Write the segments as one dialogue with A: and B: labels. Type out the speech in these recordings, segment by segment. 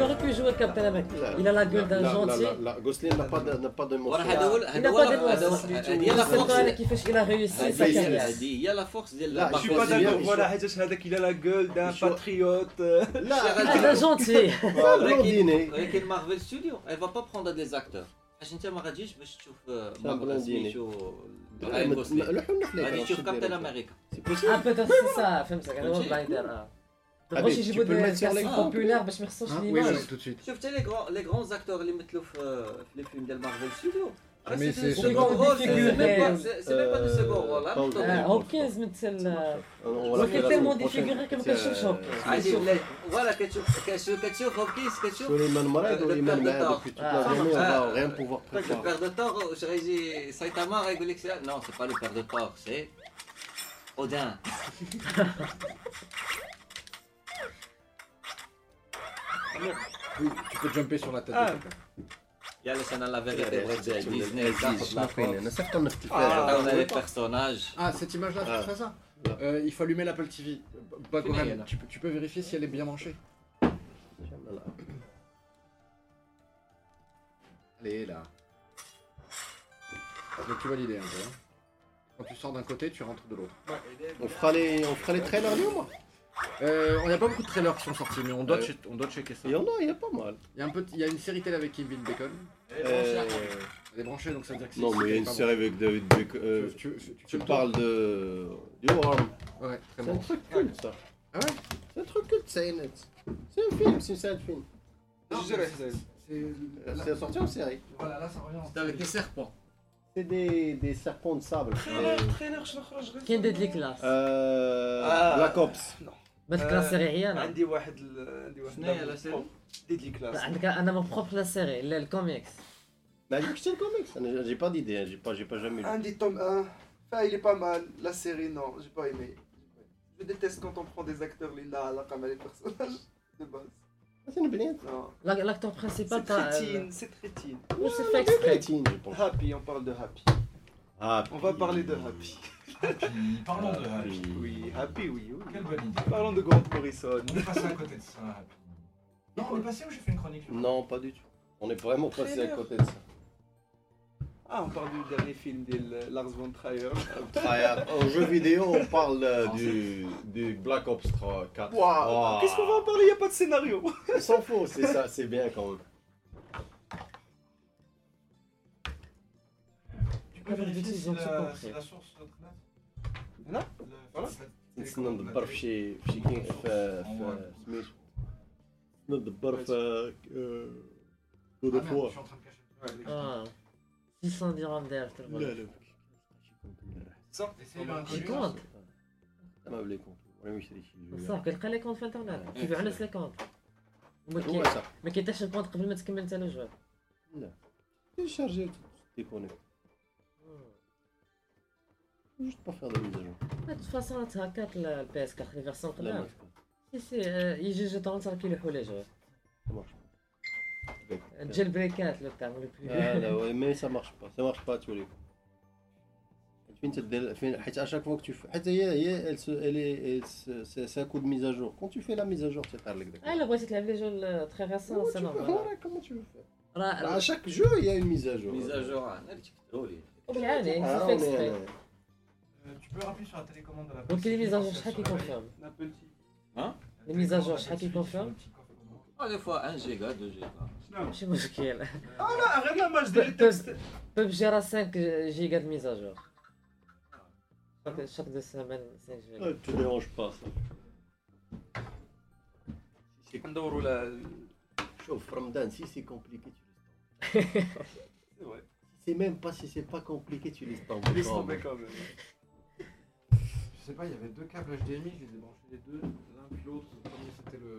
A: aurait pu jouer Captain America. Il a la gueule d'un gentil.
B: لا Gosling n'a pas de- n'a pas
C: وراه
B: d'émotion
C: هذا هو
A: Il
C: هذا
A: n'a
C: هو
A: pas de
C: هذا هو-
A: noces du
C: هذه هي
A: tout.
C: لا
A: C'est pas
C: فورس
A: كيفاش il a réussi
C: هذه
A: sa
C: هي-
A: carrière.
C: هذه هي لا فورس ديال
B: لا،
C: لا
D: Je suis pas
B: Parfois, c'est
D: d'accord,
B: bien,
D: voilà, Hedges Hadak, il a la gueule d'un
B: Il faut-
D: patriote. euh,
B: لا
A: هذا جونتي
D: hein.
B: بلونديني
C: ولكن مارفل ستوديو اي فا با بروندر دي زاكتور باش انت ما غاديش باش تشوف آه،
B: شاب
C: ما
D: hein.
B: بلانديني.
C: سميتو راين غوسلينغ
B: لحو النحلة
C: غادي تشوف كابتن امريكا
A: Ah, peut-être c'est ça, hein. فهمتك انا هو
C: فهمتي؟
A: بلايندر اه
B: حبيبي،
A: بغاوش
B: tu
A: يجيبوا
B: peux le mettre
A: des bah,
B: sur
A: كاسين
B: l'écran.
A: بوبولار باش ما يخسرش
E: Hein Oui,
A: ليماج
E: oui, tout de suite.
C: شفت لي غران لي غران زاكتور اللي مثلوا في في لي فيلم ديال مارفل ستوديو راه
E: مي
C: سي
E: سي-
C: سكون
A: سكون
C: رول سي
A: فيغور.
C: ميم با سي سي ميم با دو سكون رول عرفت
B: طول.
A: آه،
C: ولا؟
A: هوبكنز مثل آه، ولكن تيلمون دي فيغور كي ما كنشوفش
B: euh,
A: هوبكنز
C: عادي ولا ولا كتشوف كتشوف كتشوف هوبكينز كتشوف
B: سليمان مريض والايمان معاه دوك توت لا
A: Ah.
B: جيمي غير بوفوار
C: Le père de Thor, je réussis. Saitama aurait gueulé que c'est. Non, c'est pas le père de Thor, c'est. Odin.
E: Oui, tu peux jumper sur la tête
D: Ah.
E: de quelqu'un.
C: Il y a le scénario la vérité, vrai, c'est Disney, Ah. ça, c'est la France.
B: انا صيفط لنا في
C: Là, on a les
B: التلفاز
C: personnages.
E: Ah, cette image-là,
B: Ah.
E: tu fais ça
B: Ah.
E: Euh, Il faut allumer l'Apple TV.
C: Fumée, là.
E: Bagoran, tu, peux- tu peux vérifier si elle est bien manchée Elle est là. Donc tu vois l'idée un peu. hein. Quand tu sors d'un côté, tu rentres de l'autre.
B: On fera les, on fera les trailers اليوم
E: Euh, on n'a pas beaucoup de trailers qui sont sortis, mais on doit,
B: Ouais.
E: che- on doit checker ça.
B: Il y en a, il y a pas mal.
E: Il y a, un peu, il y a une série télé avec Kevin Bacon.
B: Euh,
E: Elle est branchée, donc ça veut dire que c'est.
B: non, mais il y a une
E: c'est pas
B: série avec David Beck.
E: bon.
B: euh,
E: Tu, tu- tu- tu
B: tu
E: le
B: parles de. du Worm.
E: tournes. Ouais, très
B: C'est un
E: bon.
B: truc culte ça.
E: Ah ouais
B: C'est un truc culte, c'est net. C'est un film, c'est un film.
E: Non,
D: je dirais.
E: C'est.
B: Euh,
E: là-
B: C'est sorti en série.
E: Voilà, là ça revient.
C: C'est avec des serpents.
B: C'est des, des serpents de sable.
D: Trailer,
B: Des-
D: trailer, je le rangerai.
A: كاين ديد لي كلاس
B: Euh,
D: Ah.
B: Black Ops.
A: ما
D: آه،
A: تكلاس سيري هي أنا.
D: عندي واحد ال- عندي واحد
C: شنو هي لا سيري؟
D: ديدلي كلاس
A: عندك انا مون بروبر لا سيري لا الكوميكس
B: Bah, j'ai acheté le comics. J'ai- J'ai pas d'idée, hein, j'ai pas, j'ai pas jamais lu.
D: عندي توم 1 فا il est pas mal la série non j'ai pas aimé je déteste quand on prend des acteurs les là la comme les personnages de base
B: Ah, C'est une blague.
D: non
A: لا- لاكتور برينسيبال
D: c'est
A: تاع
D: crétine Oh, c'est crétine
A: مش euh, oh, fait exprès.
B: Crétine, je pense.
D: Happy on parle de Happy
B: Ah,
D: on va parler de Happy
F: Happy, parlons de Happy.
B: puis-
D: oui Happy oui oui
F: Quelle bonne idée.
D: parlons de Grant Morrison
F: On est passé à côté de ça, Happy. Non, on est passé où j'ai fait une chronique
B: Non, pas du tout. On est vraiment passé à
D: Trailer.
B: côté de ça.
D: ah on parle du dernier film de Lars von Trier
B: Tryhard. En Ah, jeu vidéo, on parle euh, du, du Black Ops 3, 4.
D: Ah, waouh qu'est-ce qu'on va en parler y a pas de scénario
B: On s'en fout, c'est ça, c'est bien quand même.
F: Tu peux vérifier si
A: Ils ont tout
F: la,
A: compris.
F: si la source de notre
D: Non,
F: Voilà.
B: It's not the برف شي في شي كاين في في سميتو ندبر في uh, كود
E: Ah, merde,
B: فوا
E: je suis en train de cacher.
A: اه 600 درهم داير في
B: لا
A: البلد.
B: لا
E: Essaye le
A: شي
E: inconnu.
A: كونت
B: ما بليكم ولا يشري شي
A: صح كتلقى لي كونت في الانترنت كيبيعوا ناس لي كونت وما
B: هو
A: كي-
B: صح
A: ما كيطيحش البونت قبل ما تكمل انت لو جو
B: تيشارجي ديكونيك جوست با فيغ دو ميزاجون
A: هاد الفاصون تهكات البي اس 4 لي فيرسون
B: لا ما
A: قدام سي سي آه، يجي جو طون صار كيلوحوا لي جو
B: مارش
A: جيل بريكات لو تاع لو
B: لا
A: بلو
B: لا مي سا مارش با سا مارش با تولي فين تدير فين حيت اشاك فوا كتشوف حتى هي هي elle se- elle est- elle se- c'est- c'est un coup de mise à jour quand tu fais la mise à jour تيطير لك داك
A: الا بغيتي تلعب لي جو ال- تخي
B: Comment
A: ريسون سي
B: Oh, tu
A: نورمال
B: peux hein. Bah, faire, comment tu veux faire
A: راه
B: À chaque jeu, il y a une mise à jour.
C: Mise à jour, hein. Allez, tu te roules.
A: بالعاني يعني
B: Ah,
A: سي
B: on
A: في اكسبري
B: est-
F: Euh, tu peux rappuyer sur la télécommande de la
A: دونك لي ميزاجور
F: Si elle
A: شحال
F: se réveille,
A: كيكونفيرم
D: un petit
F: la
A: Les mises à jour,
F: télécommande,
A: chacun
F: elle se fait
A: confirme.
F: sur le petit coffre.
C: Ah, des fois 1 giga, 2 giga.
A: ماشي مشكل
D: ah là regarde la match des textes
A: بوب ببجي راه 5 جيجا د ميزاجور شاك شاك دو سيمين 5 جيجا
B: Ouais, Tu déranges pas ça.
D: ندوروا لا
B: Chauffe, Ramdan, si c'est compliqué, tu laisses
D: c'est vrai
B: tomber. Si c'est même pas si c'est pas compliqué, tu laisses tomber.
D: laisse tomber quand même
E: Je sais pas, il y avait deux câbles HDMI, je les ai branchés les deux, l'un puis l'autre. Le premier c'était le.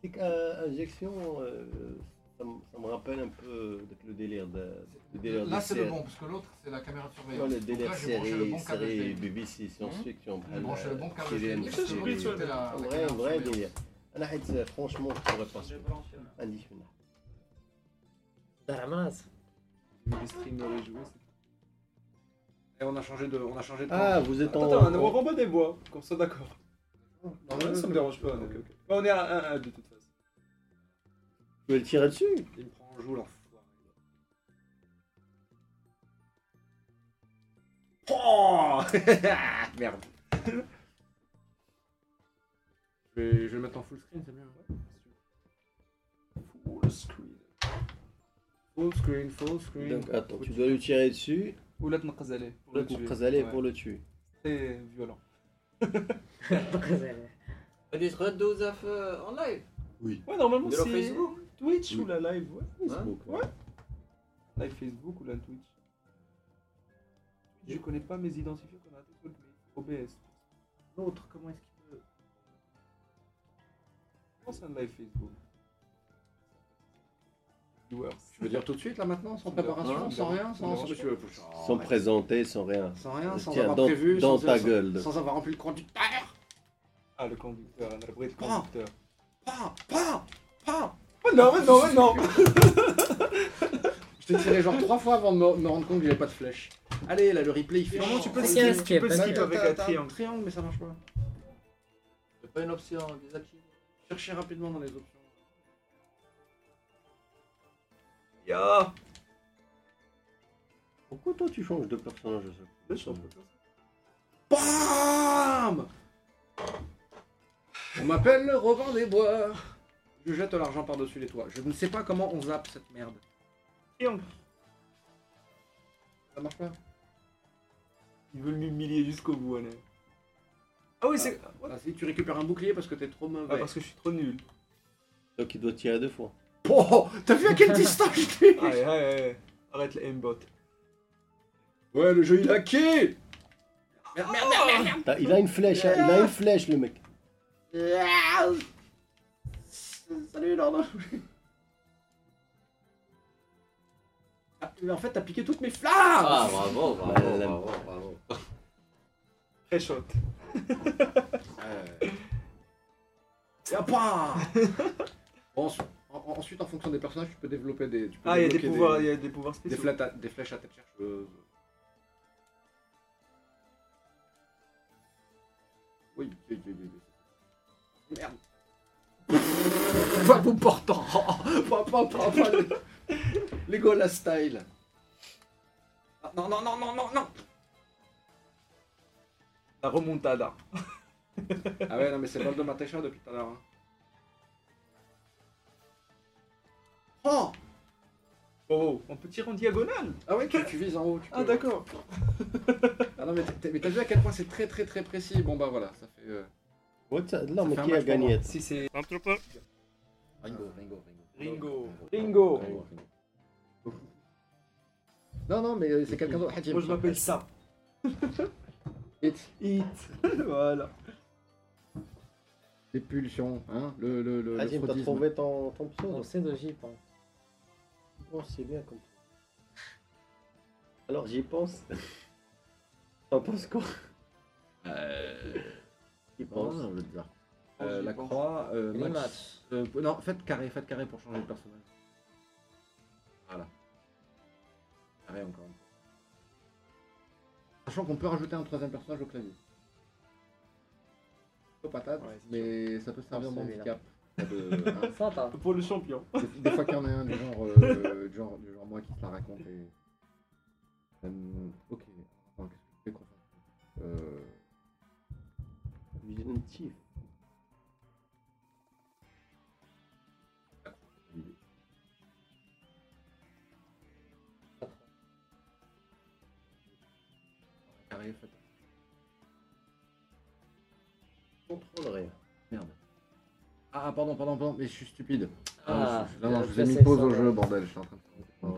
B: C'est qu'injection, euh, ça, me- ça me rappelle un peu avec le délire de. Le délire
E: Là
B: de
E: c'est le
B: série.
E: bon, parce que l'autre c'est la caméra de
B: Tu vois,
E: surveillance.
B: le
E: Donc
B: délire
E: là, j'ai branché le
B: série,
E: bon câble
B: série
E: HDMI.
B: BBC, science-fiction.
E: J'ai branché le bon câble
B: CDN,
E: HDMI.
D: Ça, j'ai oublié de
B: c'est-
D: faire.
E: la- la
B: Un vrai,
E: caméra
B: un
E: de
B: vrai
E: surveillance.
B: délire. Là, franchement, je pourrais pas. Indéfinable.
A: دار عمرات
E: Les streamers et jouer. Et on a changé de. On a changé de
B: Ah, vous êtes en.
D: Attends, attends, on revend pas des bois, qu'on soit d'accord. Ah,
E: temps.
D: Non, ça me dérange pas. donc, ok. Bah, on est à 1-1 de toute façon.
B: peux le tirer dessus.
E: Il me prend en joue, l'enfoiré. Oh Merde. je, vais, je vais le mettre en full screen, c'est bien. Full screen. Full screen, full screen.
B: Donc attends, tu dois lui tirer dessus.
D: Ou la تنقز عليه
B: Pour le tuer. Pour le tuer.
D: très violent.
C: Redis, redouze à feu en live.
D: Ouais, normalement
C: De leur
D: c'est
C: Facebook.
D: Twitch ou la live, ouais.
B: Facebook, ouais.
D: Live Facebook ou la Twitch. Je connais pas mes identifiants qu'on a à Twitch, mais OBS.
E: L'autre, comment est-ce qu'il peut.
D: Je pense à un live Facebook. Viewers.
E: Tu veux dire tout de suite là maintenant, sans préparation,
C: Non,
E: sans rien,
F: non,
E: sans.
F: non,
E: tu veux,
B: Sans présenter, sans rien.
E: Sans rien, sans
B: Tiens,
E: avoir
B: dans,
E: prévu,
B: dans
E: sans,
B: ta
E: sans-
B: gueule.
E: sans avoir rempli le conducteur.
D: Ah, le conducteur, un abri de
E: Oh.
D: conducteur.
E: Pam, pam, pam.
D: Oh non, mais non, mais non
E: Je t'ai tiré genre trois fois avant de me, me rendre compte que j'avais pas de flèche. Allez, là le replay il fait.
F: Comment tu peux
E: le skip
F: le
A: skip hein.
E: Tu peux le
A: Parce
E: skip
A: que
E: avec un
F: t'as- t'as un
E: triangle. triangle, mais ça marche pas.
C: C'est pas une option, désactive.
E: Cherchez rapidement dans les options.
D: Yo
B: Pourquoi toi tu changes de personnage à chaque fois
E: Pam On m'appelle le Robin des Bois. Je jette l'argent par-dessus les toits. Je ne sais pas comment on zappe cette merde. Triangle. Ça marche pas
D: Ils veulent m'humilier jusqu'au bout, Anna. Ah oui, c'est.
E: Ah si, tu récupères un bouclier parce que t'es trop
D: Ah,
E: mauvais.
D: parce que je suis trop nul.
B: Toi qui dois tirer deux fois.
E: Oh T'as vu à quelle distance j'étais
D: Ah, ouais, ouais, ouais. Arrête le aimbot.
E: Ouais, le jeu il a quai Merde, merde, merde, merde.
B: T'as- Il a une flèche, hein, il a une flèche le mec.
E: Salut Lord Ah, mais en fait, t'as piqué toutes mes flammes
C: Ah, bravo, bravo,
B: Madame.
C: bravo, bravo.
D: Très shot.
E: Euh. Et hop, ah. Bon, ensuite- en- Ensuite, en fonction des personnages, tu peux développer des. tu peux
D: Ah, il y a des
E: débloquer
D: pouvoirs, il y a des pouvoirs
E: Des, des
D: spéciaux.
E: flèches à, des flèches à tête chercheuse. Oui, oui, oui, oui, oui. Merde. Va vous portant Pas, pas, pas, pas. Legolas style. Ah, Non, non, non, non, non, non
D: La remontada.
E: Ah ouais, non, mais c'est pas de Matecha depuis tout à l'heure. hein. Oh
D: Oh, on peut tirer en diagonale
E: Ah ouais, tu, tu vises en haut. Tu
D: Ah,
E: peux-
D: d'accord.
E: Ah non, mais t'as- mais t'as vu à quel point c'est très très très précis. Bon bah voilà, ça fait. euh,
B: Ouais, t'as- non,
E: Ça
B: mais
E: fait un
B: qui a
E: match pour
B: gagné
D: Si c'est.
C: Ringo, Ringo, Ringo.
D: Ringo. Ringo.
E: Non, non, mais euh, c'est quelqu'un d'autre. Hadim.
D: Moi, je m'appelle ça.
E: Hit.
D: Hit. voilà.
E: Les pulsions, hein. Le. le, le, le
B: Ah, Jim, t'as
E: fraudisme.
B: trouvé ton, ton pseudo
A: Donc c'est de j'y pense.
B: Oh, c'est bien comme Alors j'y pense. T'en penses quoi J'y pense.
E: Non, je veux dire. Euh, la croix, euh,
A: Les
E: max-
A: matchs.
E: euh, non, faites carré, faites carré pour changer de personnage. Voilà.
D: Ah
E: Carré encore une fois. Sachant qu'on peut rajouter un troisième personnage au clavier. Pas patate,
D: Ouais, c'est
E: mais ça peut servir
A: Non, celui-là.
E: d'handicap. Ça peut- hein,
A: Ça, t'as.
D: Pour le champion.
E: Des- Des fois qu'il y en a un du genre, euh, du genre, du genre moi qui te la raconte et. Euh, ok. Attends, qu'est-ce que je fais qu'on fasse Euh,
B: Vision Thief.
E: carré, faites-
B: Contrôle rien.
E: Merde. Ah pardon, pardon, pardon, mais je suis stupide.
A: Ah,
E: je, je- non, non, je vous ai
A: je
E: mis
A: sais
E: pause
A: ça,
E: au
A: ouais.
E: jeu, bordel, je suis en train de. Ah. Non,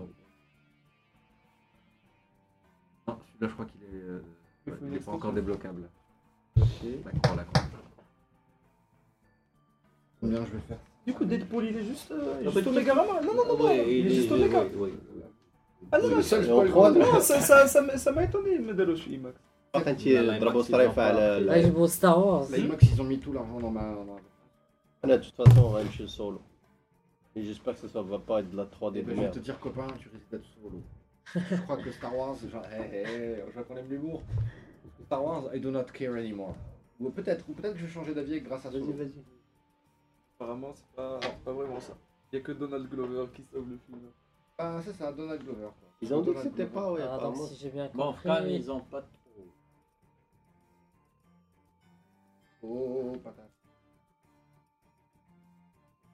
E: Ah, celui-là je crois qu'il est. euh,
D: Il
E: ouais,
D: faut une
E: il est pas
D: extension.
E: encore débloquable.
B: Ok.
E: La croix, la croix. Combien je vais faire
D: Du coup, Deadpool, il est juste. euh, il est
C: Ah,
D: juste
C: bah,
D: au Megaman. Non, non, non, non.
C: Oui,
D: Il est juste au
C: oui,
D: Megaman.
C: oui, oui.
D: Ah non, non,
B: Oui,
D: ça,
B: c'est
E: je peux le
B: incroyable.
D: non, ça, ça, ça, m'a- ça m'a étonné, Medalos IMAX.
B: Quand انت ضربوا سترايف على
A: Là, je bosse Star Wars.
E: La IMAX, ils ont mis tout l'argent dans ma. dans ma-
B: انا de toute façon on va aller chez solo. Et j'espère que ça soit- va pas être de la 3D
E: Eh
B: de
E: ben, je vais te
B: merde.
E: dire, copain, tu risques d'être solo. je crois que Star Wars, genre, eh, eh, je vois qu'on aime l'humour. Star Wars, I do not care anymore. Ou peut-être, ou peut-être que je vais changer d'avis grâce à Solo.
B: Vas-y, vas-y.
D: Apparemment, c'est pas, c'est pas vraiment ça. Il y a que Donald Glover qui sauve le film.
E: Ah, ça, c'est un Donald Glover. Quoi.
B: Ils ont dit que
E: Donald
B: c'était
E: Glover.
B: pas, ouais,
A: Ah, donc
B: apparemment.
A: si j'ai bien
C: Bon,
A: compris.
C: Fran, ils ont pas trop.
E: Oh, oh, oh, patate.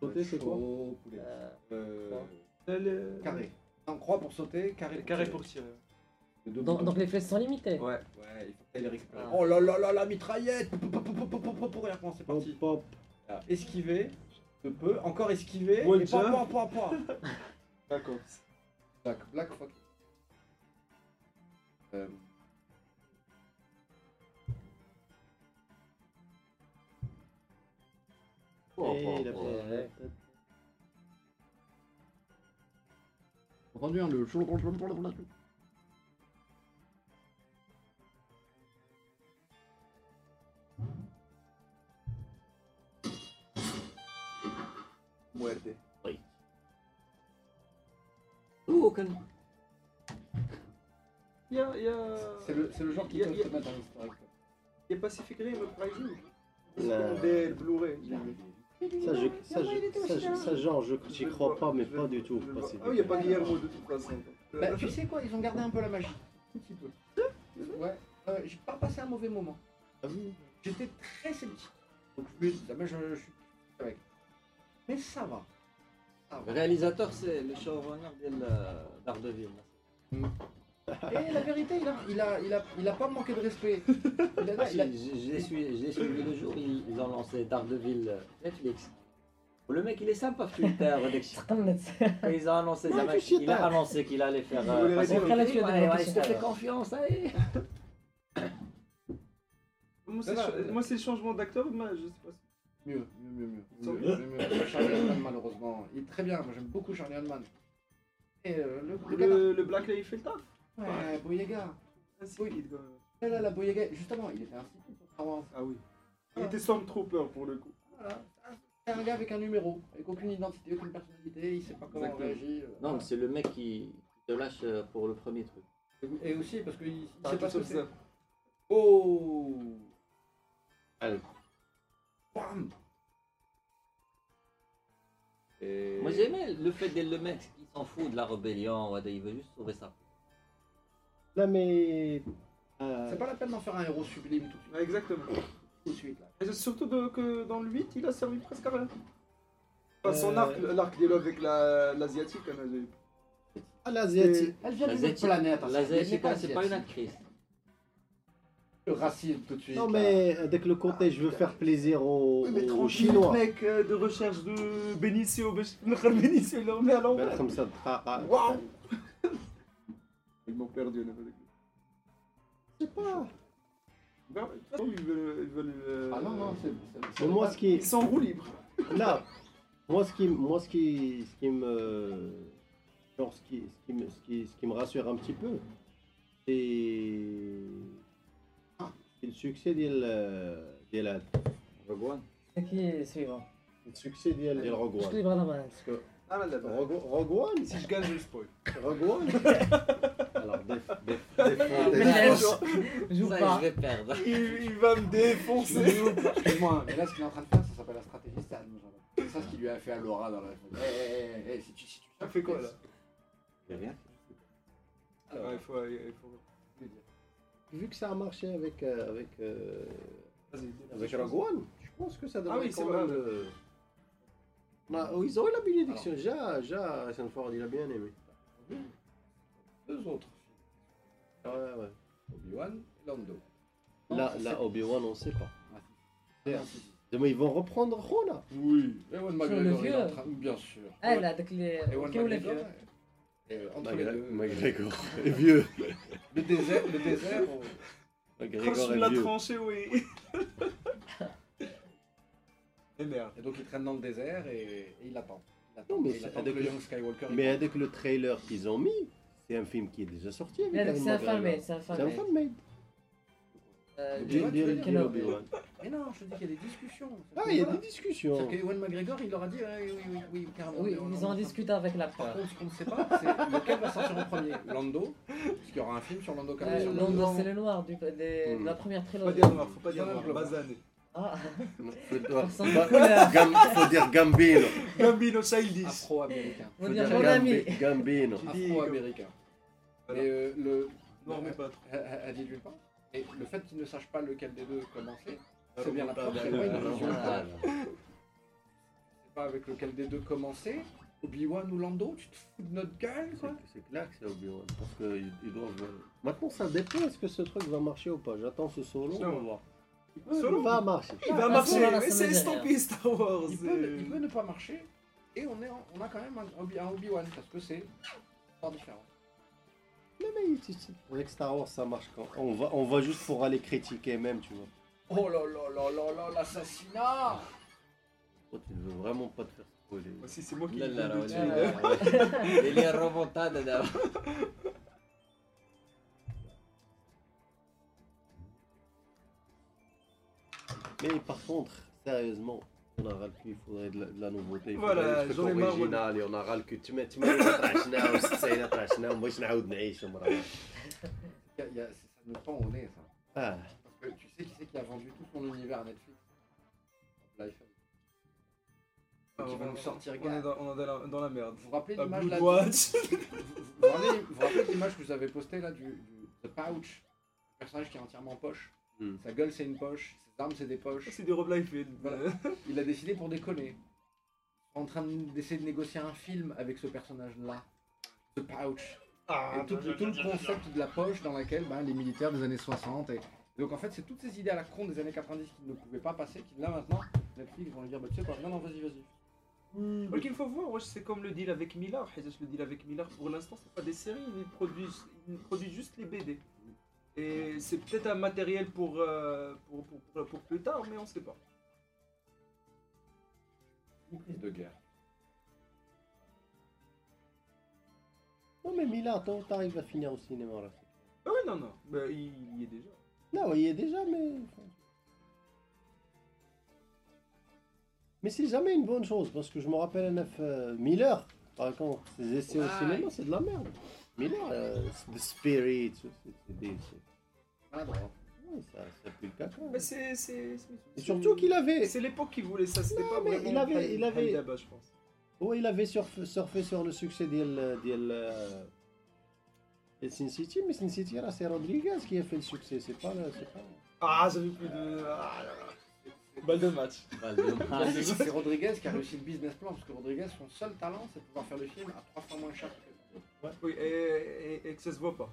D: Sauter, c'est quoi
E: Chaud, poulet.
A: euh,
E: Euh,
D: Le-
E: Carré. Non, croix pour sauter, carré
D: Le
E: pour
D: carré
E: tirer.
D: pour tirer.
E: Le deux
A: donc,
E: boutons.
A: donc les flèches sont limitées.
D: Ouais.
E: Ouais, il faut qu'elle les récupère.
A: Ah.
E: Oh là là là, la mitraillette Pou, pou, pou, pou, pou, pou, pou, pou, Regarde comment c'est
B: Hop,
E: parti.
B: hop.
E: Là, Esquiver, de peu, encore esquiver,
D: Wall
E: et point,
D: jump.
E: point, point, point
D: D'accord.
E: Black, Black fuck. Euh,
B: Et Eh, la
A: oh.
B: tête.
E: entendu hein, le chaud
D: Muerte.
C: Ouh, aucun.
D: Il y a, il y a...
E: C'est le, c'est le genre qui
D: Y a-
E: peut
D: y a-
E: se mettre en historique.
D: Il y a Pacific Rim Uprising.
B: Là.
D: Dès le Blu-ray.
B: Ça, je, ça, je- ça, je- ça, genre, je- j'y crois pas, mais
D: Je-
B: pas du tout.
D: je-
B: pas si-
D: Ah oui, il n'y a pas Guillermo de toute façon. Euh,
E: Bah, tu sais quoi, ils ont gardé un peu la magie. Un petit peu. Ouais. Euh, j'ai pas passé un mauvais moment.
B: Ah oui.
E: J'étais très sceptique. Donc je me dis, ah, mais je, je suis avec. Mais ça va. Ça va.
C: Réalisateur, c'est le showrunner de d'Ardeville.
E: Et la vérité, il a, il a, il a, il a pas manqué de respect. Il a-
C: Ah, si,
E: il a-
C: je, je les suis, je les suivi le jour, ils, ils ont lancé Daredevil euh, Netflix. Le mec, il est sympa, Twitter. dès que-
A: Certains ne-
C: quand ils ont annoncé,
B: Ouais,
C: Zamak,
B: tu sais
C: il a
B: pas.
C: annoncé qu'il allait faire. euh,
D: Vous voulez
C: passer
D: répondre
C: le
A: à la
C: film,
A: suite de
C: allez,
A: notre
C: ouais, je te fais
A: histoire.
C: confiance, allez.
D: Moi,
E: Ça
D: c'est
E: va,
D: cha-
E: euh,
D: moi, c'est le changement d'acteur, mais je sais pas. si-
E: Mieux, mieux, mieux, mieux.
D: Sans
E: mieux, mieux, mieux. Charlie Hunnam, malheureusement. Il est très bien, moi j'aime beaucoup Charlie Hunnam. Et euh, le, le, gars
D: Le, le Black là, il fait le taf.
E: là- Ouais, Boyega.
D: C'est
E: Oui.
D: solide, quand même.
E: Là, là, la Boyega, justement, il était un style pour Star Wars.
D: Ah oui. Il était Stormtrooper pour le coup.
E: Voilà. C'est un gars avec un numéro, avec aucune identité, aucune personnalité, il sait pas comment on
D: Exactement.
E: réagit. euh,
C: Non, mais c'est le mec qui te lâche euh, pour le premier truc.
E: voilà. Et aussi parce qu'il il
D: Ah,
E: sait
D: tout
E: pas ce que
D: sauf
E: c'est.
D: ça.
E: Oh
C: Allez.
E: Bam Et...
C: Moi, j'aimais le fait d'être le mec qui s'en fout de la rébellion, ouais, il veut juste sauver ça.
B: Là, mais. euh,
E: C'est pas la peine d'en faire un héros sublime tout de suite.
D: Ouais, Exactement.
E: Tout de suite, là.
D: Et surtout de- que dans le 8, il a servi presque à rien. Enfin, son
B: Euh,
D: arc, l'arc d'Elo avec la- l'asiatique, hein, j'ai-
B: Ah, l'asiatique.
E: Elle vient d'une autre
C: Zética-
E: planète. hein,
C: la
E: elle n'est
C: Zética, c'est pas une
E: asiatique.
C: actrice.
E: Le racisme tout de suite.
B: Non,
E: là.
B: mais avec le côté, je veux faire plaisir aux,
D: Ah, Oui, mais
B: aux
D: tranquille,
B: Chinois.
D: mec euh, de recherche de Benicio, Bech- Benicio, il l'a remis à
B: Ben,
D: l'envers.
B: comme ça, tra- ah,
D: Waouh Ils m'ont perdu, là, avec
B: Je sais pas.
D: Non, mais de toute façon, ils veulent. Ils veulent euh,
E: Ah non, non, c'est. c'est-
B: Mais moi, ce qui
D: Ils sont en roue libre.
B: Là, moi, ce qui, moi, ce qui, ce qui me, genre, ce qui, ce qui me, ce qui, ce qui me rassure un petit peu, c'est c'est le succès d'Il d'Il
C: Rogue One.
A: C'est qui est suivant
B: le succès d'Il d'Il Rogue
A: Je te
B: One.
A: livre la main.
D: Ah là là.
B: Rogue, Rogue One,
D: Si je gagne, je le spoil.
B: Rogue One. Alors, des, des, des fois, des-
A: Mais
C: Ça,
A: Joue
C: je
A: pas.
C: vais perdre.
D: Il, il va me défoncer.
E: Excuse-moi, mais là, ce qu'il est en train de faire, ça s'appelle la stratégie Stan. genre. C'est ça ce qu'il lui a fait à Laura dans la. Eh, eh, eh, si tu. Si tu
D: Ça fait quoi, là
E: Alors,
D: Ouais, il faut. il faut-
B: vu que ça a marché avec euh, avec euh,
D: Vas-y.
B: avec Rogue One, je pense que ça devrait
D: Ah oui,
B: quand
D: c'est
B: même.
D: vrai.
B: euh, bah, ils ont eu la bénédiction. Déjà, déjà, Ford, il a bien aimé.
E: deux autres.
B: Ouais, ouais.
E: Obi-Wan et Lando.
A: Ah,
B: Là,
E: Non,
B: là
E: c'est-
B: Obi-Wan, on sait pas.
E: Ah, si, si.
B: Mais ils vont reprendre Rona.
E: Oui, Ewan
A: le
E: McGregor, il est en
A: vieux.
E: train. Bien sûr.
A: Ah là, donc les.
E: Ewan
A: qui ou les Eh,
E: McGregor,
A: vieux
E: ouais. Et, euh, Entre les deux.
B: McGregor est vieux.
E: Le désert, le désert. on-
B: McGregor
D: Franchement,
B: est
D: Ah, la
B: vieux.
D: tranchée, oui. Et Eh, merde.
E: Et donc il traîne dans le désert et, et il attend. Il attend,
B: Non, mais
E: il
B: c'est
E: attend que
B: avec
E: le
B: le-
E: Young Skywalker. il
B: Mais avec le trailer qu'ils ont mis, c'est un film qui est déjà sorti. avec
A: Ah, donc
B: Ewan
A: C'est un
B: McGregor.
A: fanmade. C'est un
B: C'est un
A: fanmade.
B: fan-made.
A: Euh,
E: Dis-
A: Obi-Wan,
E: dis-
A: tu veux
E: dis-
A: dire
B: Obi-Wan.
E: Mais non, je te dis qu'il y a des discussions.
B: Ah, il y a
E: Voilà.
B: des discussions.
E: C'est-à-dire que Ewan McGregor, il leur a dit ouais, oui, oui, oui, carrément.
A: Oui,
E: mais on-
A: ils
E: on-
A: ont discuté avec la
E: Par
A: part.
E: contre, ce qu'on ne sait pas, c'est lequel va sortir en premier Lando, parce qu'il y
A: Euh,
E: aura un film sur Lando Calrissian.
A: Londres, c'est le noir du, des- de la première
D: Faut pas
A: trilogie.
D: dire noir, faut pas dire noir.
E: Donald Glover.
D: Bazané.
A: Ah,
B: Faut dire Gambino.
E: Gambino, ça ils
D: Ah,
E: disent. Afro-américain.
A: on
B: Faut
A: dire
B: dire
A: mon
B: Gambi-
A: ami.
B: Gambino.
E: Afro-américain.
D: Voilà.
E: Mais euh, le.
D: Non, mais pas trop.
E: Ah, ah, ah, dis-lui pas. Et le fait qu'ils ne sachent pas lequel des deux commencer, c'est
B: Ah,
E: bien la
B: ah,
E: preuve
B: ah,
E: que c'est pas
B: ah,
E: une illusion.
B: ah,
E: C'est pas avec lequel des deux commencer. Obi-Wan ou Lando, tu te fous de notre gueule,
B: C'est
E: quoi.
B: c'est clair que c'est Obi-Wan. Parce qu'ils ils doivent. euh, Maintenant, ça dépend. Est-ce que ce truc va marcher ou pas J'attends ce solo. On va voir. Solo va marcher.
D: Il
A: Ah,
D: va
A: ça, on en
D: marcher,
A: a
D: mais
A: la
D: c'est
A: semaine
D: estampé Star Wars.
E: Il
D: euh.
E: peut, ne- il peut ne pas marcher, et on, est en- on a quand même un, Obi- un Obi-Wan, parce que c'est pas différent.
B: Non, mais tu- tu- avec Star Wars, ça marche quand on va, on va juste pour aller critiquer, même, tu vois.
E: Oh là là là là là, l'assassinat
B: Oh, tu ne veux vraiment pas te faire spoiler.
D: Moi, Euh, si c'est hein. moi qui
C: لا
D: l'ai
C: لا
D: le
A: لا،
D: tuer.
A: لا.
C: اللي هي الرومونتادا دابا
B: Mais par contre, sérieusement, on a ras le cul, il faudrait de la, de la nouveauté. Il faudrait
D: Voilà,
B: des trucs
D: j'en ai marre,
B: original et on a ras le cul. Tu mets, tu mets, trashna, ou c'est trashna, moi je n'ai pas de neige, on me
E: Il y a- il y a- Ça nous prend au nez, ça.
B: Ah,
E: Parce que tu sais qui c'est qui a vendu tout son univers à Netflix L'iPhone.
D: Ah,
E: Qui va
D: on-
E: nous sortir,
D: On est
E: gars.
D: dans, on est dans la, dans la merde.
E: Vous vous rappelez
D: Ah,
E: l'image
D: Blood
E: là du-
D: Watch.
E: Vous vous rappelez- vous vous rappelez de l'image que vous avez postée là du, du The Pouch Le personnage qui est entièrement en poche.
B: Hmm.
E: Sa gueule c'est une poche, ses armes c'est des poches.
D: C'est du Rob Liefeld.
E: Voilà. Il a décidé pour déconner. En train de- d'essayer de négocier un film avec ce personnage-là. The Pouch. et Ah, tout, tout le concept de la poche dans laquelle ben, les militaires des années 60. Et... Donc en fait, c'est toutes ces idées à la con des années 90 qui ne pouvaient pas passer, qui là maintenant, Netflix vont lui dire bah, tu sais quoi, non, non, vas-y, vas-y.
D: Donc il faut voir, wesh, c'est comme le deal avec Miller. Hezes, le deal avec Miller, pour l'instant, c'est pas des séries, ils produisent, ils produisent juste les BD. Et c'est peut-être un matériel pour, euh, pour, pour, pour- pour plus tard, mais on sait pas.
E: De guerre.
B: non, mais Mila, attends, t'arrives à finir au cinéma là.
D: Ah oui, non, non, bah, il y est déjà.
B: Non, il y est déjà, mais. Mais c'est jamais une bonne chose, parce que je me rappelle un 9 euh, Miller, par contre, ses essais au
E: Ouais.
B: cinéma, c'est de la merde. Miller, euh, c'est The Spirit, c'est- c'est des. c'est-
E: Maladroit.
B: ouais, ça, ça pue le caca.
D: Ah Mais c'est. c'est- c'est-
B: Et surtout qu'il avait.
D: c'est- C'est l'époque qui voulait ça, c'était
B: Non,
D: pas
B: mais
D: vraiment
B: il avait-
D: Hal-
B: il avait-
D: Hal Daba, je pense.
B: Ouais, il avait surf- surfé sur le succès d'El d'El euh, d'El Sin City, mais Sin City, là, c'est Rodriguez qui a fait le succès, c'est pas le- c'est pas-
D: Ah, j'avais plus de. Ah, là, là. Balle de match.
C: Ah,
E: C'est Rodriguez qui a réussi le business plan, parce que Rodriguez, son seul talent, c'est de pouvoir faire le film à trois fois moins cher que
D: Oui, et, et- et que ça se voit pas.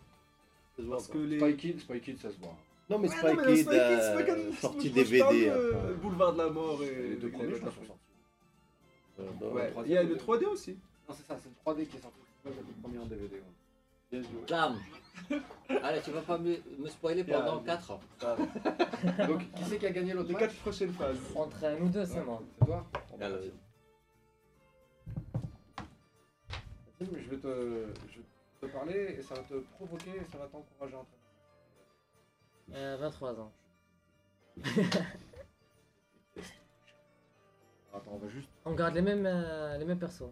B: ça se voit
D: Parce
B: pas.
D: que les.
E: Spy Kids, Spy Kids, ça se voit.
B: Non, mais
D: Ouais,
B: Spy
D: non, mais le
B: Kid,
D: Spy Kids, c'est pas
B: euh,
D: comme-
B: sorti
D: moi, je parle
B: DVD.
D: de
B: après.
D: euh, Boulevard de la mort et.
E: Les deux
D: et
E: premiers, je
D: Boulevard
E: crois,
D: de
E: sont
D: la Mort.
E: sortis.
B: Euh, dans-
D: Ouais, il y a le 3D aussi.
E: Non, c'est ça, c'est le 3D qui est sorti. Moi, j'avais le premier en DVD. ouais.
B: Bien joué.
C: Cam Allez, tu vas pas me, me spoiler pendant 4 ans.
E: Donc, qui c'est qui a gagné l'autre
D: Les
E: match
D: 4 prochaines phases.
A: Entre un ou deux
E: Ouais,
A: seulement.
E: C'est toi Bon, bah,
C: Alors,
E: Tim, je vais, te, je vais te parler et ça va te provoquer et ça va t'encourager à entrer.
A: Euh, 23 ans.
E: Attends, on va juste.
A: On garde les mêmes, euh, les mêmes persos.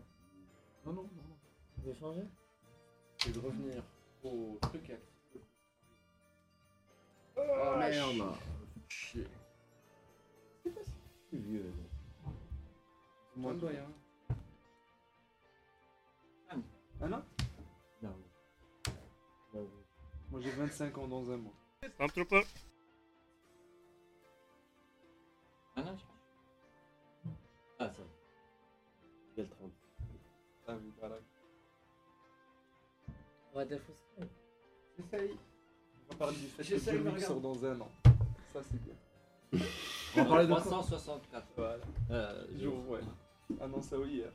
D: Non, non, non. non.
A: Tu veux changer
E: Je vais revenir au truc. et- Oh merde Chier.
B: Je suis vieux, là.
E: Moins de doigts, hein.
D: Ah non Moi j'ai 25 ans dans un mois.
C: Ah non, je- Ah, ça.
B: Quel 30.
D: Ah oui, voilà.
A: On va dire fausse.
E: J'essaye.
D: On va parler du fait
E: J'essaie,
D: que
E: mais
D: Bionic
E: regarde.
D: sort dans un an. Ça c'est bien.
E: On va parler de quoi
C: 364.
D: Voilà.
C: Euh, je-
D: Jour, ouais. Ah non, ça oui, hier.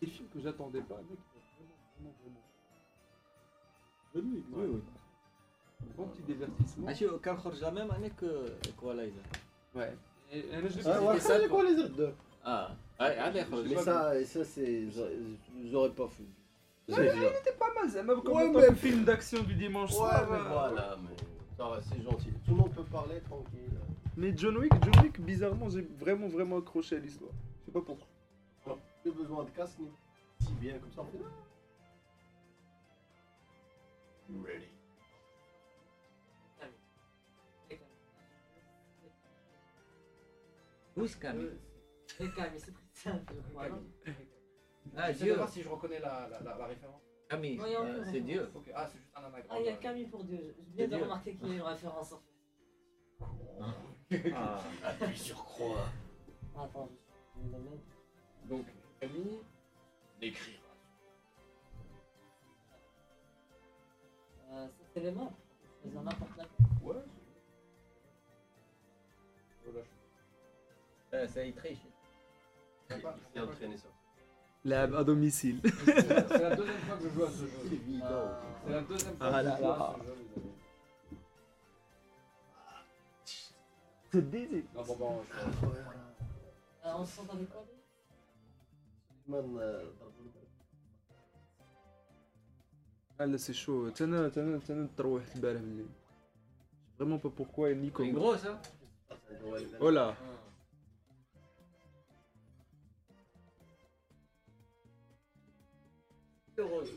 D: Des films que j'attendais pas, mec. Vraiment, vraiment, vraiment.
C: Ouais.
D: Bon petit divertissement.
C: Ah, je suis- Cam خرج la même année que Equalizer.
E: Ouais.
D: Et, et là, je
B: Ah, ouais,
C: c'est ça,
B: c'est quoi les autres deux
C: Ah, allez, allez, خرج.
B: Mais ça, et ça c'est. J'aurais pas fou.
D: Ouais,
B: C'est
D: ouais,
B: sûr.
D: c'était
E: Ah,
D: pas mal, ça. Même comme
B: Ouais,
D: en tant
B: mais-
D: que film d'action du dimanche soir. euh,
B: voilà, mais. Ça va, c'est gentil. Tout le monde peut parler tranquille.
D: Mais John Wick, John Wick, bizarrement, j'ai vraiment, vraiment accroché à l'histoire. Je sais pas pourquoi.
B: Plus besoin de casse ni si bien comme ça. on fait-
C: Où est
E: Ah,
C: Camille
A: C'est Camille, c'est très simple.
F: Voilà.
C: Ah,
E: J'essaie de
C: Dieu
E: voir si je reconnais la, la, la, la référence.
C: Camille,
A: Voyons,
C: euh,
A: voyons.
C: c'est Dieu.
E: Ok, ah, c'est juste un anagramme.
A: Ah, il y a Camille pour Dieu. Je viens de
C: Dieu.
A: remarquer qu'il y a une référence en fait.
C: Ah.
E: Appuie sur croix.
A: Attends, je me demande.
E: Donc, Camille l'écrira.
A: Euh, ça, c'est les maps. Ils en apportent là.
E: Ouais. c'est- Voilà, je-
C: Euh, c'est il triche.
E: je sais pas, je
B: Il s'est
E: sais pas.
B: entraîné ça.
F: Lab à domicile.
E: C'est la deuxième fois que je joue à ce jeu.
D: bah,
E: C'est
A: Euh,
E: la deuxième fois
F: Ah
E: que
F: là
E: je joue à
F: là.
E: ce jeu, les amis.
F: C'est désir.
E: Non, bon, bon, je-
A: Euh, on se sent avec quoi lui
F: Ah là c'est chaud. Tiens, tiens, tiens, تروح تبارح مني. Je sais Vraiment pas pourquoi et ni
C: Une
F: comment.
C: grosse, hein
F: Oh là.
D: Ah.
C: C'est grosse.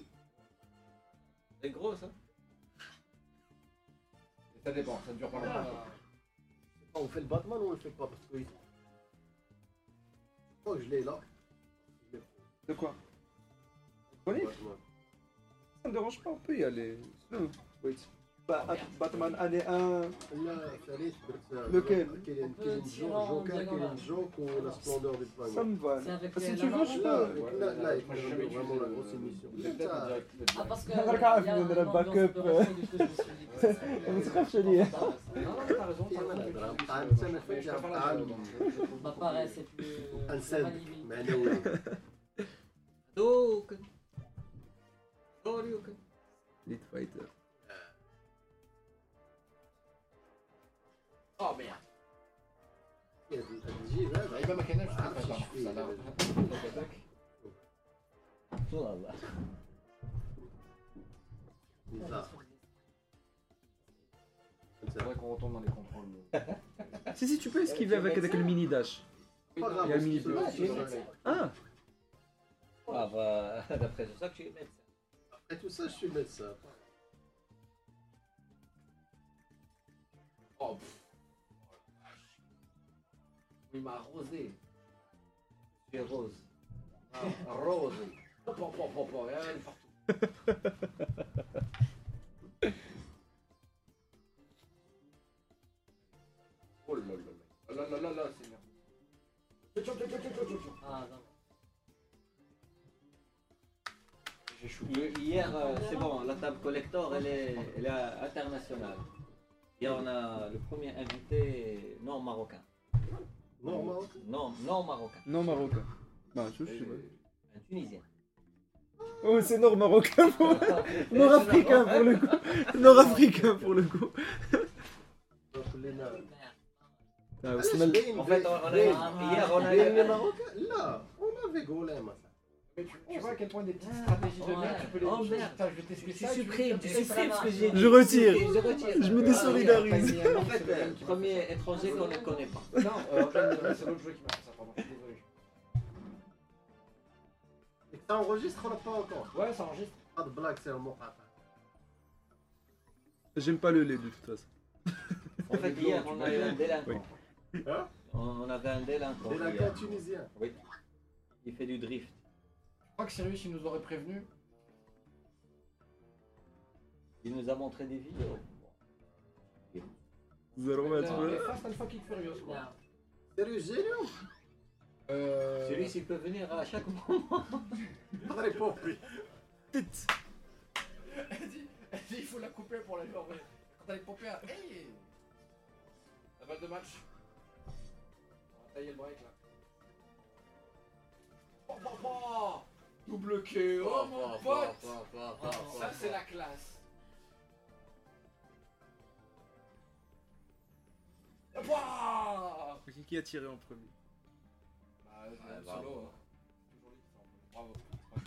C: C'est grosse, hein
E: Ça dépend, ça dure pas longtemps.
G: On fait le Batman ou on le fait pas Parce que il- Oh, je l'ai là.
F: De quoi Police
G: Batman.
F: Ça me dérange pas, on peut y aller. Non. Wait.
D: Ba- Batman année 1.
G: Là, ça allait, c'est- c'est-
E: Euh,
D: Lequel
G: Killian-
A: peut
G: Killian
A: tirer
G: Joke,
A: en
G: Joker,
A: diagonale.
G: Killian Joke ou la splendeur du Batman
D: Ça me va.
A: C'est avec
D: Ah, si
A: les- la
D: tu veux, je
A: marche
D: peux.
G: Là,
D: pas.
G: avec- là, là, il
E: Moi,
G: fait
E: j'ai jamais
G: vraiment
E: utilisé
G: la
E: le-
G: grosse émission.
E: le- le-
G: Ça,
E: le direct- le-
A: Ah, parce que.
D: Regarde, il
A: il y a
D: nous donne
A: une
D: un
A: ambiance
D: backup,
A: de réflexion, du coup, je me suis dit que ça serait-
D: On se rêve, Chélie.
A: hein.
E: Non, non, Ah, t'as raison, t'as raison.
G: Il y a un
E: je- je-
G: drame.
E: je-
G: Ça me
E: je-
G: fait
E: je- je- je-
G: un
E: je-
G: drame.
E: je- je- je-
A: Bah, pareil, c'est plus.
G: Un
A: c'est pas
G: simple,
A: limite.
G: mais non, ouais.
C: Donc. Goryoku.
F: Street Fighter.
C: Oh merde.
G: Il y a des- des gilets, là,
E: لعيبه ما كايناش في
G: ما عرفتش
E: الفرقة.
G: شكون.
E: لا، لا. هذاك.
C: Allah.
G: là.
E: C'est vrai qu'on retourne dans les contrôles.
F: Si, si, tu peux esquiver avec, avec le mini dash.
G: Pas
F: Il
G: grave,
F: y a le mini
G: parce que
F: bleu.
G: c'est vrai.
F: Ah
C: Ah bah, d'après ça que tu es médecin.
G: Après tout ça, je suis médecin.
E: Oh, pff. Il m'a arrosé.
C: Tu es rose.
E: Arrosé. Pop, pop, pop, pop, pop, elle est partout. Oh là là là. Là là là là, c'est merde. Tchou, tchou, tchou, tchou, tchou, tchou.
A: Ah, non.
E: J'ai shooté.
C: Hier, euh, c'est bon, la table collector, elle est, elle est internationale. Hier, on a le premier invité non marocain.
G: Normal.
C: Non, non marocain.
F: Non, marocain. Bah, je
E: Et-
F: sais pas.
C: Un tunisien.
F: Oh, c'est nord marocain pour... Nord-africain hein, pour le coup. Nord-africain pour le coup.
G: Donc,
A: oh,
G: les nains.
F: Ah,
G: علاش
F: Osman-
G: باين-
C: En fait, on, on a eu- hier, on a
G: باين
C: eu
G: les
C: un-
G: Marocains Là, on avait Golem.
E: Mais tu, tu vois à quel point des petites stratégies de merde,
C: ouais.
E: tu peux
C: Oh,
E: les toucher.
C: merde.
E: Putain, je vais t'expliquer
C: Tu
E: ça, tu
C: supprimes, tu
E: veux-
C: supprimes ce que j'ai dit.
F: Je retire.
C: Je retire.
F: Je me
E: désolidarise.
C: En fait, euh, premier étranger qu'on ne connaît pas.
E: Non, euh, en fait, c'est l'autre jeu qui m'a fait ça, pardon, je suis désolé.
G: Et ça enregistre là, pas encore.
E: Ouais, ça enregistre.
G: Pas de blague, c'est un mot.
F: J'aime pas le lait de toute façon.
C: En fait, hier, on a eu un délinquant.
G: Hein
C: On- On avait un délinquant.
G: C'est la
C: hier.
G: carte tunisienne.
C: Il fait du drift.
E: Je crois que Sirius, il nous aurait prévenu.
C: Il nous a montré des vidéos.
F: Zéro
E: Mais
F: match. ouais.
E: Fast and Fucking Furious, quoi.
G: Sérieux, génial.
E: Euh...
C: Celui-ci peut venir à chaque moment.
G: Très pauvre.
E: Il faut la couper pour la lui envoyer. Quand elle est pompée, elle- hey La balle de match. On va tailler le break, là. Oh, oh, oh Double K, oh mon pote Ça, c'est la classe. Wouah
F: Qui a tiré en premier
E: Bah, c'est
C: Ouais,
E: un
C: bravo.
E: solo, hein. Toujours lui qui s'en fout. Bravo, franchement.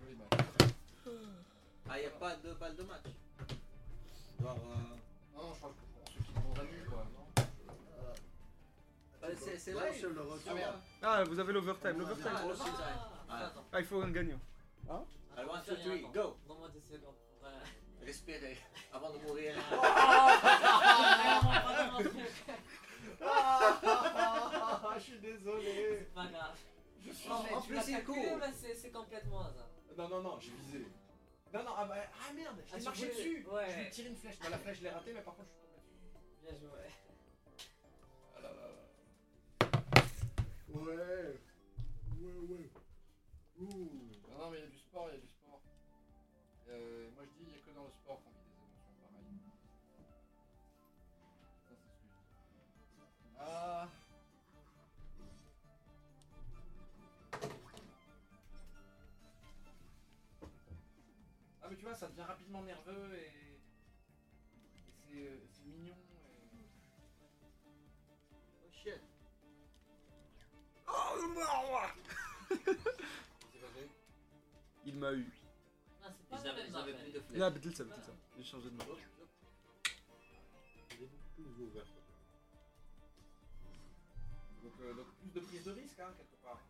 E: Joli match.
C: Ah, il n'y a pas de balle de match. Genre, euh,
E: Non, je crois que pour ceux qui sont dans la nuit, quoi, non
C: bah, c'est- c'est
G: Là,
C: live.
G: je le reçois.
C: Ah, merde.
F: Ah, vous avez l'overtime. L'overtime.
C: Ah, le match is live. Ah,
A: Attends,
F: Ah, il faut un gagnant.
C: I want
A: je
C: you
A: fais
C: to
A: rien,
C: eat.
A: attends.
C: Go.
A: Donne-moi deux secondes. pour, euh,
C: Respirez avant de mourir.
A: Ah, vraiment pas dans mon truc.
E: Ah, ah, ah, ah, je
C: En plus, il court.
H: c'est complètement hasard.
E: Non, non, non, j'ai visé. Non, non, ah, bah, ah, merde, je
H: Ah,
E: l'ai
H: tu
E: marché
H: voulais-
E: dessus.
H: ouais.
E: Je lui ai tiré une flèche. Bah, la flèche, je l'ai ratée, mais par contre, je suis tombé dessus.
H: Bien joué.
E: Ah là là là.
G: Ouais. Ouais, ouais.
E: Non,
G: Ouh.
E: non, mais il y a du sport, il y a du sport. Euh, moi je dis, il n'y a que dans le sport qu'on vit des émotions pareilles. Ça, c'est celui-là. Ah Ah, mais tu vois, ça devient rapidement nerveux et. et c'est euh, c'est mignon. Et...
D: Oh shit.
E: Qu'est-ce qui s'est passé
F: Il m'a eu.
H: Non, c'est pas
C: Ils
H: la
C: avaient
H: même affaire.
C: ils avaient plus de
F: Là,
C: flèches.
F: bdl Ah, ça, bdl ça. J'ai changé de main.
E: Hop, hop.
G: Il est beaucoup plus ouvert.
E: Donc, euh, donc plus de prise de risque, hein, quelque part.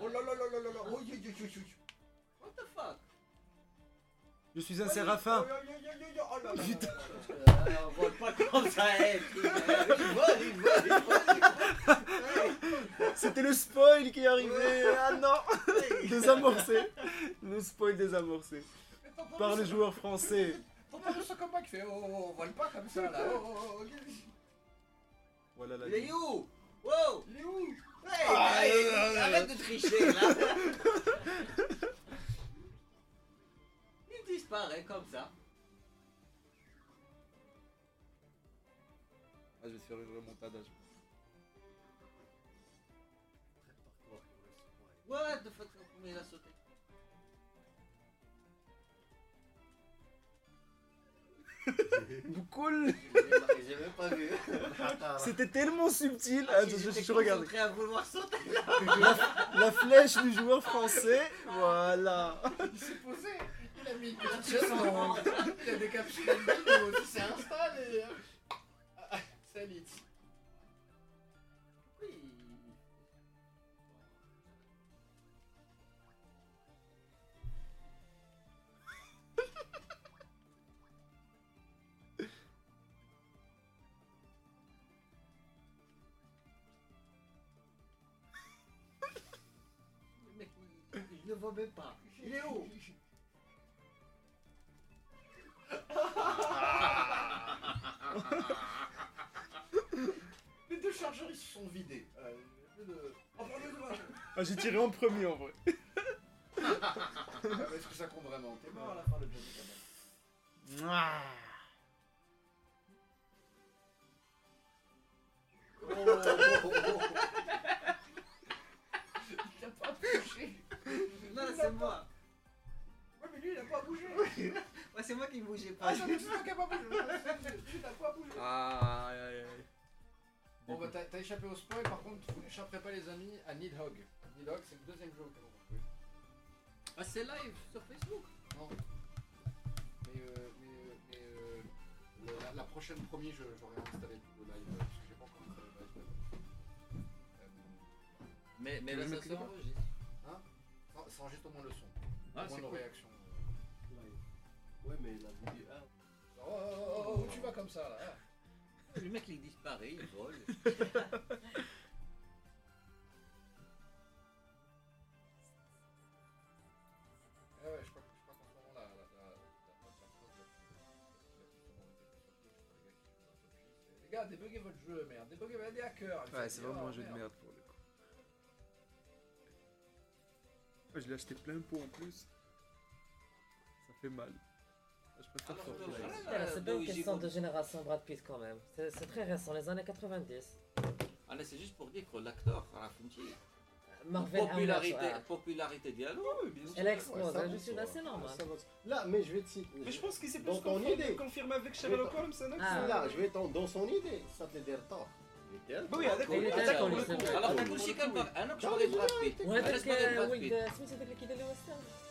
E: Oh là là là là là là Oh yo yo yo yo yo. What the fuck
F: Je suis un séraphin.
E: Oh, yo, yo, yo, yo, yo. Oh là là là là
F: Putain.
E: là là.
C: Euh, On vole pas comme ça, eh, putain. Ils volent, ils volent, ils volent.
F: C'était le spoil qui est arrivé. Ah non
C: Hey.
F: Désamorcé. Le spoil désamorcé.
E: Mais t'entends
F: Par le
E: ça-
F: joueur français.
E: T'entends le Socomba qui fait oh, oh, on vole pas comme ça là Oh, oh, oh, oh.
F: Voilà la
C: Il est où Wow
E: Il est où
C: Hey, hey, Ah, euh, Arrête de tricher, là Il disparaît comme ça.
E: Ah je vais te faire une remontada je pense.
C: What the fuck Comment il a sauté
F: Vous cool.
C: J'ai- J'ai même pas vu.
F: C'était tellement subtil.
C: Ah,
F: Attends,
C: si
F: je,
C: j'étais
F: je regarde.
C: concentré à vouloir sauter.
F: La flèche du joueur français. Voilà.
E: Il s'est posé Il a mis
C: Ah,
E: une
C: sens.
E: Il a décapsulé une vidéo, il s'est installé et... Ah, ah, Salut
C: Oui. Le mec, il- Je ne vois même pas. Il est où
E: Les deux chargeurs ils se sont vidés. Euh, plus de... Oh par le doigt
F: Ah, j'ai tiré en premier en vrai.
E: Ah, mais Est-ce que ça compte vraiment T'es mort à la fin de Johnny Cabana.
F: Mouah.
E: Oh, oh,
C: euh,
E: oh, oh, oh. Il a pas bougé.
C: Non, c'est moi.
E: Ouais, mais lui, il a pas bougé.
C: Ouais, c'est moi qui ne bougeais pas.
E: Ah, j'en ai plus un qui a pas bougé. Tu n'as pas bougé.
F: Ah, aïe, aïe, aïe.
E: Bon, bah, t'as t'as échappé au spoil. Par contre, vous n'échapperez pas, les amis, à Nidhogg. Nidhogg, c'est le deuxième jeu auquel on va jouer.
C: Ah, c'est live sur Facebook.
E: Non. Mais, euh, mais, euh, mais euh, le- la, la prochaine premier, je- j'aurai installé le live. euh, Parce que j'ai pas encore installé le live. Euh,
C: Mais, mais
F: Tu
C: là,
F: veux
C: ça
F: mettre
C: se
F: quelque part
C: enregistre.
E: sans- sans juste au moins le son.
C: Ah,
E: au moins
C: c'est
E: nos
C: cool.
E: réactions. euh.
B: Ouais, mais la vidéo. Ah,
E: Oh, oh, oh, oh, où tu vas comme ça, là
C: Le mec, il disparaît, il vole.
E: Ah ouais, je crois, je crois qu'en ce moment, la, la, la, la, la, la chose la plus- la plus commandée des consoles, c'est pour les gars qui jouent à un jeu de Switch, c'est, Les gars, débuguez votre jeu, merde, débuguez votre à cœur.
F: Ouais, c'est vraiment un jeu de merde pour le coup. Ah, je l'ai acheté plein pot en plus. Ça fait mal. Ah, Je préfère
C: Alors,
F: Fortnite.
C: je te-
A: Voilà,
C: Euh,
A: c'est pas une
C: Luigi
A: question
C: Bond.
A: de génération Brad Pitt quand même. C'est c'est très récent, les années 90.
C: Ah, là, c'est juste pour dire que l'acteur, à la fin
A: Marvel ah,
C: popularité,
A: Hamlet, ouais.
C: popularité dialogue.
A: Elle explose,
B: Ouais, ça
A: hein, je
B: va,
A: suis
B: ça
A: là,
B: va.
A: c'est normal.
B: ça va. Là, mais je vais te citer.
F: Mais je pense que c'est plus
B: Donc, en idée.
F: confirmé, confirmé avec Sherlock Holmes, ça, non
A: Ah.
B: Là, je vais t'en dans son idée. Ça te dire tort.
F: Bah
C: Ah,
F: oui, avec
A: Il était d'accord, lui, c'est vrai.
C: Alors, t'as couché comme par un autre, je voulais Brad Pitt.
A: وهذاك
C: Laisse-moi dire Brad
A: ولد
C: Pitt.
A: سميتو هذاك اللي كيدير لي ويسترن